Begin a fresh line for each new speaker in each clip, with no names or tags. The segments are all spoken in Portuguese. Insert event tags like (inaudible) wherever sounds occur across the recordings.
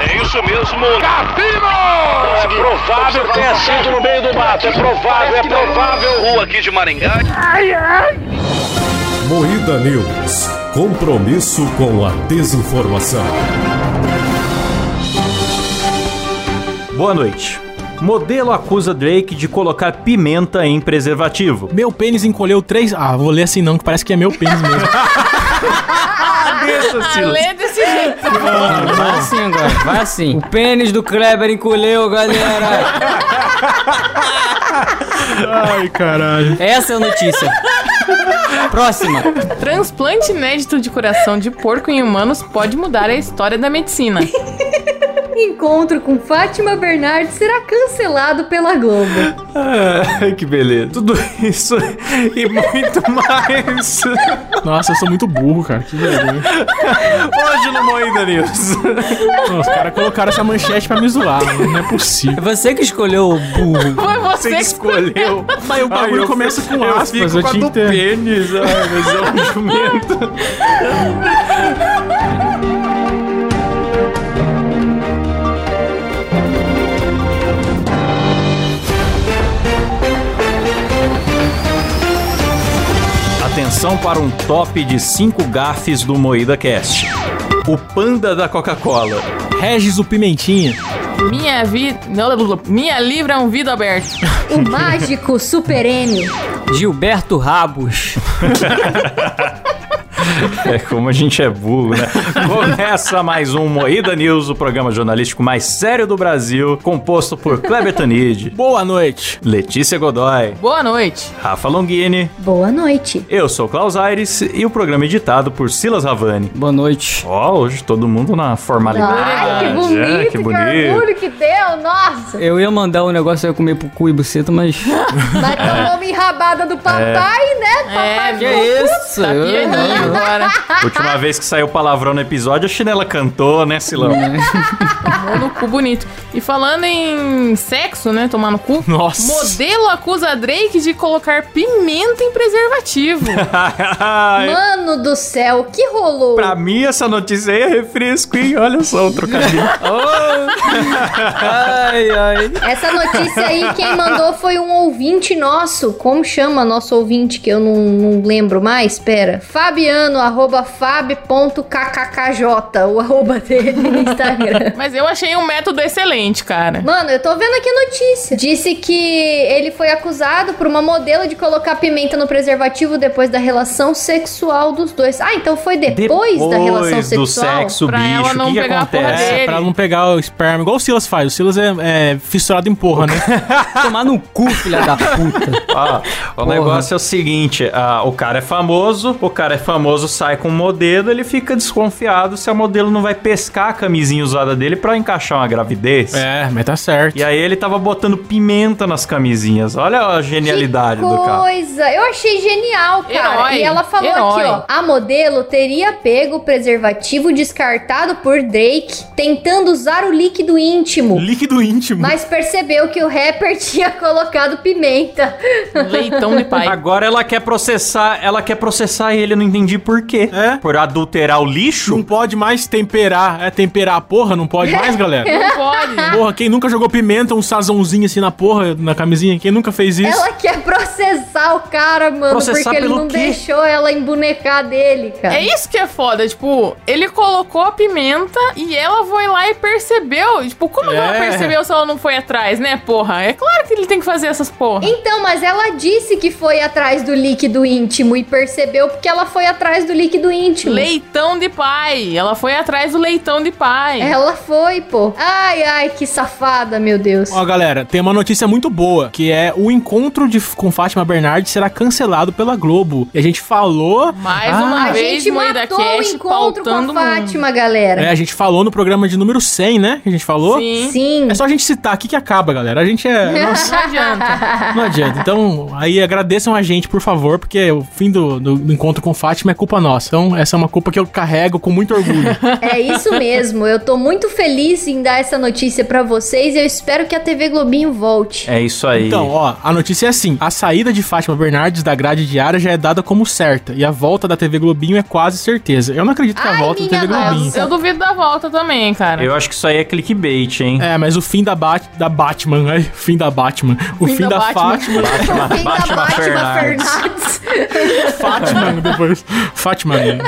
É isso mesmo. Capino! É provável que tenha sido no meio do mato. É provável, é provável. Rua aqui de Maringá.
Moída News. Compromisso com a desinformação.
Boa noite. Modelo acusa Drake de colocar pimenta em preservativo.
Meu pênis encolheu três. Ah, vou ler assim não, que parece que é meu pênis mesmo.
Cabeça,
Lê desse jeito.
(laughs) Vai assim agora, vai assim. O pênis do Kleber encolheu, galera.
Ai, caralho.
Essa é a notícia. Próxima.
(laughs) Transplante inédito de coração de porco em humanos pode mudar a história da medicina.
Encontro com Fátima Bernardes será cancelado pela Globo.
(laughs) Ai, que beleza. Tudo isso e muito mais.
Nossa, eu sou muito burro, cara. Que vergonha.
Hoje no Moída News.
Não, os caras colocaram essa manchete pra me zoar. mano. Não é
É
possível.
você que escolheu o burro.
(laughs) Foi você
Você que
que
escolheu.
é (laughs) Mas o bagulho
eu
começa
fico-
com aspas,
Eu fico
eu
com a
tinha
do
que ter.
pênis. Ai, mas é um jumento. Atenção para um top de 5 gafes do Moída Cast. O panda da Coca-Cola.
Regis o Pimentinha.
Minha vida. Minha livra é um vidro aberto.
(laughs)
O mágico Super N.
Gilberto Rabos.
É como a gente é burro, né? Começa mais um Moída News, o programa jornalístico mais sério do Brasil, composto por Kleber Tanid,
Boa noite.
Letícia Godoy,
Boa noite.
Rafa Longini,
Boa noite.
eu sou Klaus Aires e o programa é editado por Silas Ravani.
Boa noite.
Ó, hoje todo mundo na formalidade.
Ai, que
é,
bonito,
que
que,
bonito.
orgulho (laughs) que deu, nossa.
Eu ia mandar um negócio eu ia comer pro cu e
(laughs)
buceta, mas.
(laughs) É.
Bateu o nome enrabada do papai, né? Papai
Que isso?
É, Tá pianinho
Eu-
agora.
Última vez que saiu palavrão no episódio, a chinela cantou, né, Silão?
Tomou no cu bonito. E falando em sexo, né? Tomar no cu.
Nossa.
Modelo acusa Drake de colocar pimenta em preservativo.
Mano do céu, que rolou?
É. pra mim, essa notícia aí é refresco, hein? Olha só o trocadilho.
Ai, ai.
Essa
(laughs)
notícia aí, quem mandou foi um ouvinte nosso. Como chama nosso ouvinte, que eu não, não lembro mais? Pera. Fabiano, arroba fab.kkkj, o arroba dele no Instagram.
Mas eu achei um método excelente, cara.
Mano, eu tô vendo aqui a notícia. Disse que ele foi acusado por uma modelo de colocar pimenta no preservativo depois da relação sexual dos dois. Ah, então foi depois, da relação
Depois do
sexual?
sexo,
Pra ela
bicho, o
não
que, que
pegar a porra
acontece?
dele.
É, pra não pegar o esperma, igual o Silas faz. O Silas é, é fissurado em porra, né?
Tomar no cu, filha da puta.
Ó, o
Porra.
negócio é o seguinte: ah, o cara é famoso, o cara é famoso, sai com um modelo, ele fica desconfiado se a modelo não vai pescar a camisinha usada dele pra encaixar uma gravidez.
(laughs) É, mas tá certo.
E aí ele tava botando pimenta nas camisinhas. Olha a genialidade
que
do cara.
coisa! Eu achei genial, cara.
Herói,
e ela falou
herói.
aqui, ó. A modelo teria pego o preservativo descartado por Drake tentando usar o líquido íntimo.
Líquido íntimo.
Mas percebeu que o rapper (laughs) tinha colocado pimenta.
Leitão de pai.
Agora ela quer processar, ela quer processar ele, eu não entendi por quê.
É? Então,
Por adulterar o lixo?
Não pode mais temperar. É temperar a porra? Não pode mais,
(laughs)
galera?
Não pode.
Porra, quem nunca jogou pimenta, um sazãozinho assim na porra, na camisinha? Quem nunca fez isso?
Ela quer processar o cara, mano,
Processar
porque ele
pelo
não
quê?
deixou ela embonecar dele, cara.
É isso que é foda, tipo, ele colocou a pimenta e ela foi lá e percebeu. Tipo, como que ela
É.
percebeu se ela não foi atrás, né, porra? É claro que ele tem que fazer essas porra.
Então, mas ela disse que foi atrás do líquido íntimo e percebeu porque ela foi atrás do líquido íntimo.
Leitão de pai. Ela foi atrás do leitão de pai.
Ela foi, pô. Ai, ai, que safada, meu Deus.
Ó, galera, tem uma notícia muito boa, que é o encontro de, com Fátima Bernardes será cancelado pela Globo. E a gente falou...
Mais
Ah,
uma
A
vez,
gente
mãe da
matou o
Cash,
encontro com
pautando
a
o mundo.
Fátima, galera.
É, a gente falou no programa de número 100, né? Que a gente falou.
Sim.
Sim.
É só a gente citar aqui que acaba, galera. A gente é... Nossa,
(laughs) Não adianta.
(laughs)
não adianta. Então, aí agradeçam a gente, por favor, porque o fim do, do- do encontro com Fátima é culpa nossa. Então, essa é uma culpa que eu carrego com muito orgulho.
É
(laughs)
isso mesmo. Eu tô muito feliz em dar essa notícia pra vocês e eu espero que a TV Globinho volte. (laughs)
É isso aí.
Então, ó, a notícia é assim: a saída de Fátima Bernardes da grade diária já é dada como certa, e a volta da TV Globinho é quase certeza. Eu não acredito que a
Ai,
volta da
minha
TV Globinho.
nossa.
Eu duvido da volta também, cara.
Eu acho que isso aí é clickbait, hein?
né? É, mas o fim da, Bat da Batman, ai, o fim da Batman. O fim,
Fim da
da,
Batman. (laughs)
Fátima.
Batman, Batman,
Batman Fernandes.
Fernandes.
Fátima depois. Fátima. né?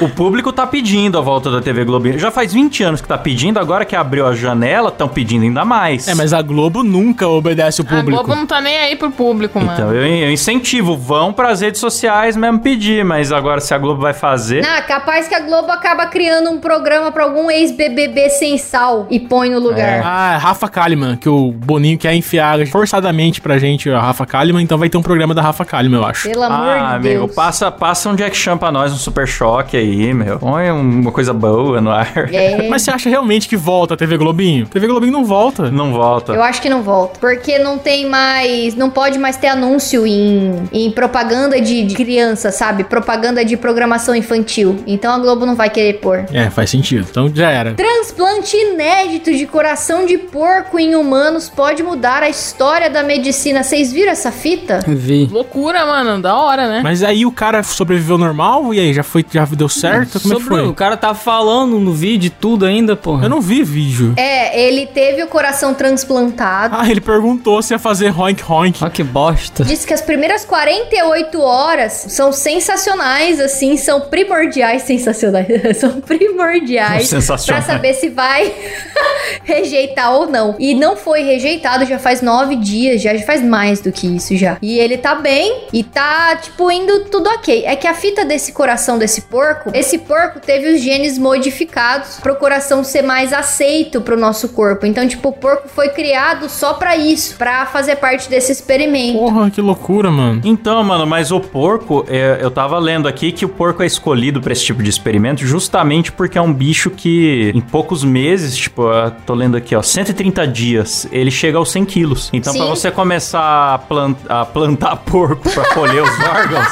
O público tá pedindo a volta da TV Globinho. Já faz 20 anos que tá pedindo, agora que abriu a janela, estão pedindo ainda mais.
É, mas a Globo nunca obedece o
A
público.
Globo não tá nem aí pro público, mano.
Então, eu, eu incentivo, vão pras redes sociais mesmo pedir, mas agora se a Globo vai fazer.
Não, é capaz que a Globo acaba criando um programa pra algum ex-BBB sem sal e põe no
É.
lugar.
Ah, Rafa Kalimann, que o Boninho quer enfiar forçadamente pra gente a Rafa Kalimann, então vai ter um programa da Rafa Kalimann, eu acho.
Pelo amor
ah,
de Deus.
amigo, passa, passa um Jack Chan pra nós, um super choque aí, meu. Põe uma coisa boa no
(laughs)
ar.
É,
Mas você acha realmente que volta a TV Globinho? TV Globinho não volta.
Não volta.
eu acho que não volta. Porque não tem mais. Não pode mais ter anúncio em, em propaganda de, de criança, sabe? Propaganda de programação infantil. Então a Globo não vai querer pôr.
É, faz sentido. Então já era.
Transplante inédito de coração de porco em humanos pode mudar a história da medicina. Vocês viram essa fita?
Vi.
Loucura, mano. Da hora, né?
(laughs) Mas aí o cara sobreviveu normal? E aí, já foi, já deu certo? Como é que
Sobre o
foi?
cara tá falando no vídeo e tudo ainda, porra.
Eu não vi vídeo.
É, ele teve o coração transplantado.
Ah, ele perguntou se ia fazer honk honk.
Olha
(laughs)
que bosta.
Diz que as primeiras 48 horas são sensacionais, assim, são primordiais, sensacionais, (laughs) são (laughs) primordiais pra
Sensacional.
saber se vai (laughs) rejeitar ou não. E não foi rejeitado já faz nove dias, já, já faz mais do que isso já. E ele tá bem e tá, tipo, indo tudo ok. É que a fita desse coração desse porco, esse porco teve os genes modificados pro coração ser mais aceito pro nosso corpo. Então, tipo, o porco foi criado só pra isso, pra fazer parte desse experimento.
Porra, que loucura, mano.
Então, mano, mas o porco, é, eu tava lendo aqui que o porco é escolhido pra esse tipo de experimento justamente porque é um bicho que em poucos meses, tipo, ah, tô lendo aqui, ó, 130 dias, ele chega aos 100 quilos. Então, pra
Sim.
você começar a, plant- a plantar (laughs) porco pra colher os órgãos,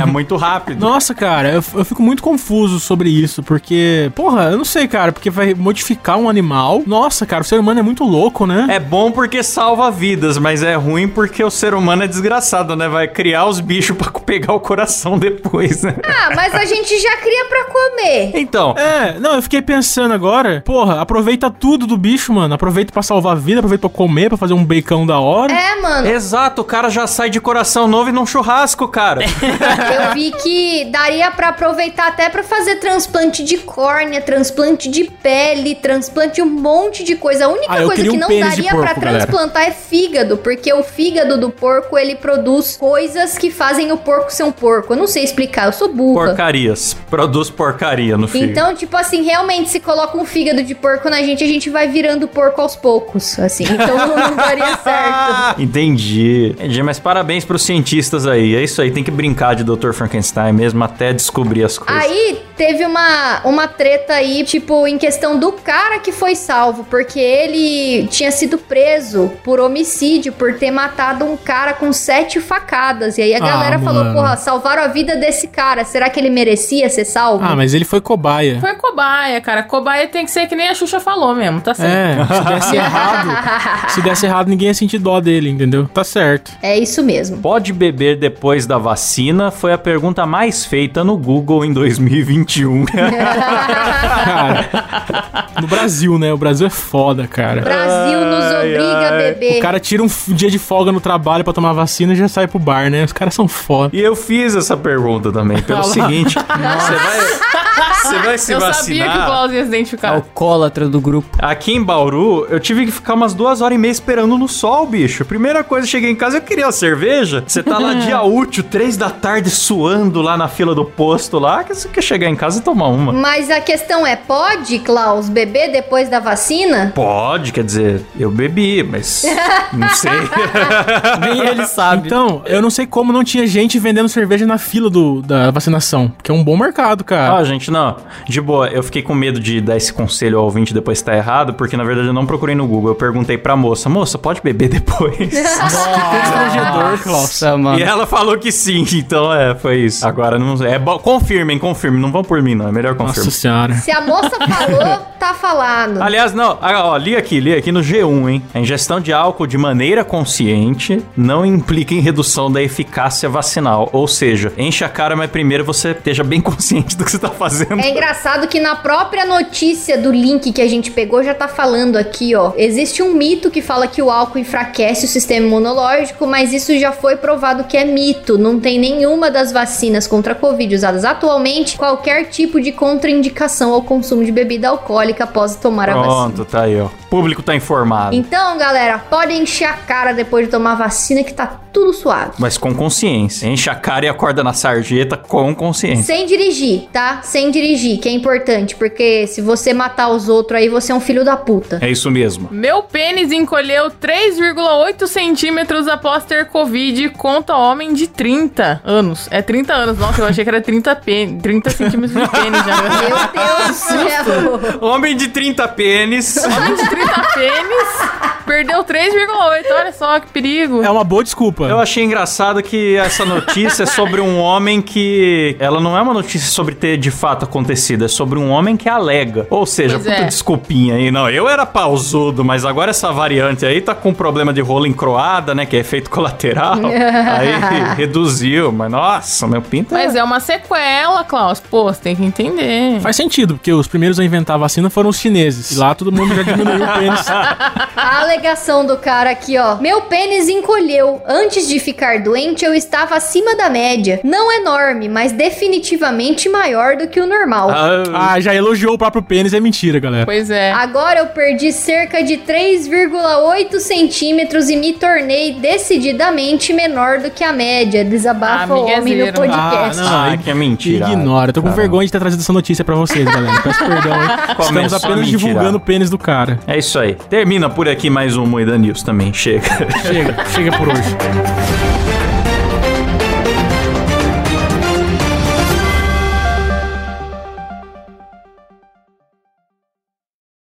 é muito rápido.
Nossa, cara, eu, eu fico muito confuso sobre isso, porque, porra, eu não sei, cara, porque vai modificar um animal. Nossa, cara, o ser humano é muito louco, né?
É bom porque salva vidas, mas é ruim porque o ser humano é desgraçado, né? Vai criar os bichos pra pegar o coração depois, né?
Ah, mas a gente já cria pra comer.
Então,
É, não, eu fiquei pensando agora, porra, aproveita tudo do bicho, mano. Aproveita pra salvar a vida, aproveita pra comer, pra fazer um bacon da hora.
É, mano,
exato, o cara já sai de coração novo e num churrasco, cara.
eu vi que daria pra aproveitar até pra fazer transplante de córnea, transplante de pele, transplante de um monte de coisa. A única
Ah, eu
coisa
queria
que
um
não
pênis de
daria
porco,
pra
galera.
transplantar é fígado, porque o fígado do porco ele produz coisas que fazem o porco ser um porco. Eu não sei explicar, eu sou burra.
Porcarias. Produz porcaria no fim.
Então, tipo assim, realmente, se coloca um fígado de porco na gente, a gente vai virando porco aos poucos, assim. Então não daria certo.
Ah, Entendi. Entendi, mas parabéns pros cientistas aí. É isso aí, tem que brincar de Dr. Frankenstein mesmo até descobrir as coisas.
Aí teve uma, uma treta aí, tipo, em questão do cara que foi salvo, porque ele tinha sido preso por homicídio, por ter matado um cara com sete facadas. E aí a
Ah,
galera falou,
mano.
porra, salvaram a vida desse cara, será que ele merecia ser salvo?
Ah, mas ele foi cobaia.
Foi cobaia, cara. Cobaia tem que ser que nem a Xuxa falou mesmo, tá
assim.
certo? (laughs)
É, se desse
(laughs)
errado, se desse errado, ninguém ia sentir dó dele, entendeu? Tá certo.
É isso mesmo.
Pode beber depois da vacina? Foi a pergunta mais feita no Google em
(laughs)
2021.
Cara, no Brasil, né? O Brasil é foda, cara.
Brasil nos
Ai,
obriga a
ai.
beber.
O cara tira um f- dia de folga no trabalho pra tomar vacina e já sai pro bar, né? Os caras são foda.
E eu fiz essa pergunta também, pelo seguinte: você vai, você vai se
Eu sabia que o
vacinar?
Klaus ia se identificar.
Alcoólatra do grupo.
Aqui em Bauru, eu tive que ficar umas duas horas e meia esperando no sol, bicho. Primeira coisa, cheguei em casa, eu queria uma cerveja. Você tá lá dia útil, três da tarde, suando lá na fila do posto lá, que você quer chegar em casa e tomar uma.
Mas a questão é, pode, Klaus, beber depois da vacina?
Pode, quer dizer, eu bebi, mas não sei.
Nem ele sabe.
Então, eu não sei como não tinha gente vendendo cerveja na fila do, da vacinação. Porque é um bom mercado, cara.
Ah, gente, não. De boa, eu fiquei com medo de dar esse conselho ao ouvinte e depois tá errado, porque na verdade eu não procurei no Google. Eu perguntei pra moça, moça, pode beber (laughs) depois?
é
(laughs)
Constrangedor, Klaus. é
Nossa,
E
mano.
ela falou que sim, (laughs) então é, foi isso. Agora não é bom, confirmem, confirmem, não vão por mim não, é melhor
Nossa
confirmar.
senhora.
Se a moça falou, tá falando.
Aliás, não, ah, ó, li aqui, li aqui no G1, hein? A ingestão de álcool de maneira consciente não implica em redução da eficácia vacinal. Ou seja, enche a cara, mas primeiro você esteja bem (laughs) consciente do que você tá fazendo.
É engraçado que na própria notícia do link que a gente pegou já tá falando aqui, ó. Existe um mito que fala que o álcool enfraquece o sistema imunológico, mas isso já foi provado que é mito. Não tem nenhuma das vacinas contra a Covid usadas atualmente qualquer tipo de contraindicação ao consumo de bebida alcoólica após tomar a vacina.
Pronto, tá aí, ó. O público tá informado.
Então, galera, pode encher a cara depois de tomar a vacina que tá tudo suave.
Mas com consciência. Enche a cara e acorda na sarjeta com consciência.
Sem dirigir, tá? Sem dirigir, que é importante, porque se você matar os outros aí, você é um filho da puta.
É isso mesmo.
Meu pênis encolheu 3,8 centímetros após ter Covid, conta homem de 30 anos. É 30 anos, nossa, eu achei que era 30, pê- 30 centímetros de pênis
(laughs)
já.
Meu Deus do céu!
Homem de 30 pênis.
(laughs)
Homem de 30 pênis perdeu 3,8. Olha só que perigo.
É uma boa desculpa.
Eu achei engraçado que essa notícia é sobre um homem que. Ela não é uma notícia sobre ter de fato acontecido, é sobre um homem que alega. Ou seja,
Pois
puta
é.
desculpinha aí. Não, eu era pausudo, mas agora essa variante aí tá com problema de rolo encroada, né? Que é efeito colateral. aí reduziu, mas nossa, meu pinto é-
Mas é uma sequela, Klaus. Pô, você tem que entender.
Faz sentido, porque os primeiros a inventar a vacina foram os chineses. E lá todo mundo já diminuiu o pênis. (laughs)
A alegação do cara aqui, ó. Meu pênis encolheu. Antes de ficar doente, eu estava acima da média. Não enorme, mas definitivamente maior do que o normal.
Ah,
Ah, já elogiou o próprio pênis, é mentira, galera.
Pois é.
Agora eu perdi cerca de 3,8 centímetros e me tornei decididamente menor do que a média. Desabafa o homem no
Amiguezeiro.
podcast.
Ah,
ah, que é mentira.
Ignora, eu tô com
Caramba.
vergonha de ter trazido essa notícia pra vocês, galera. Peço perdão, hein? Estamos
Começou a
apenas
mentirar.
divulgando o pênis do cara.
É isso aí. Termina por aqui mais um Moeda News também. Chega.
Chega, chega por hoje.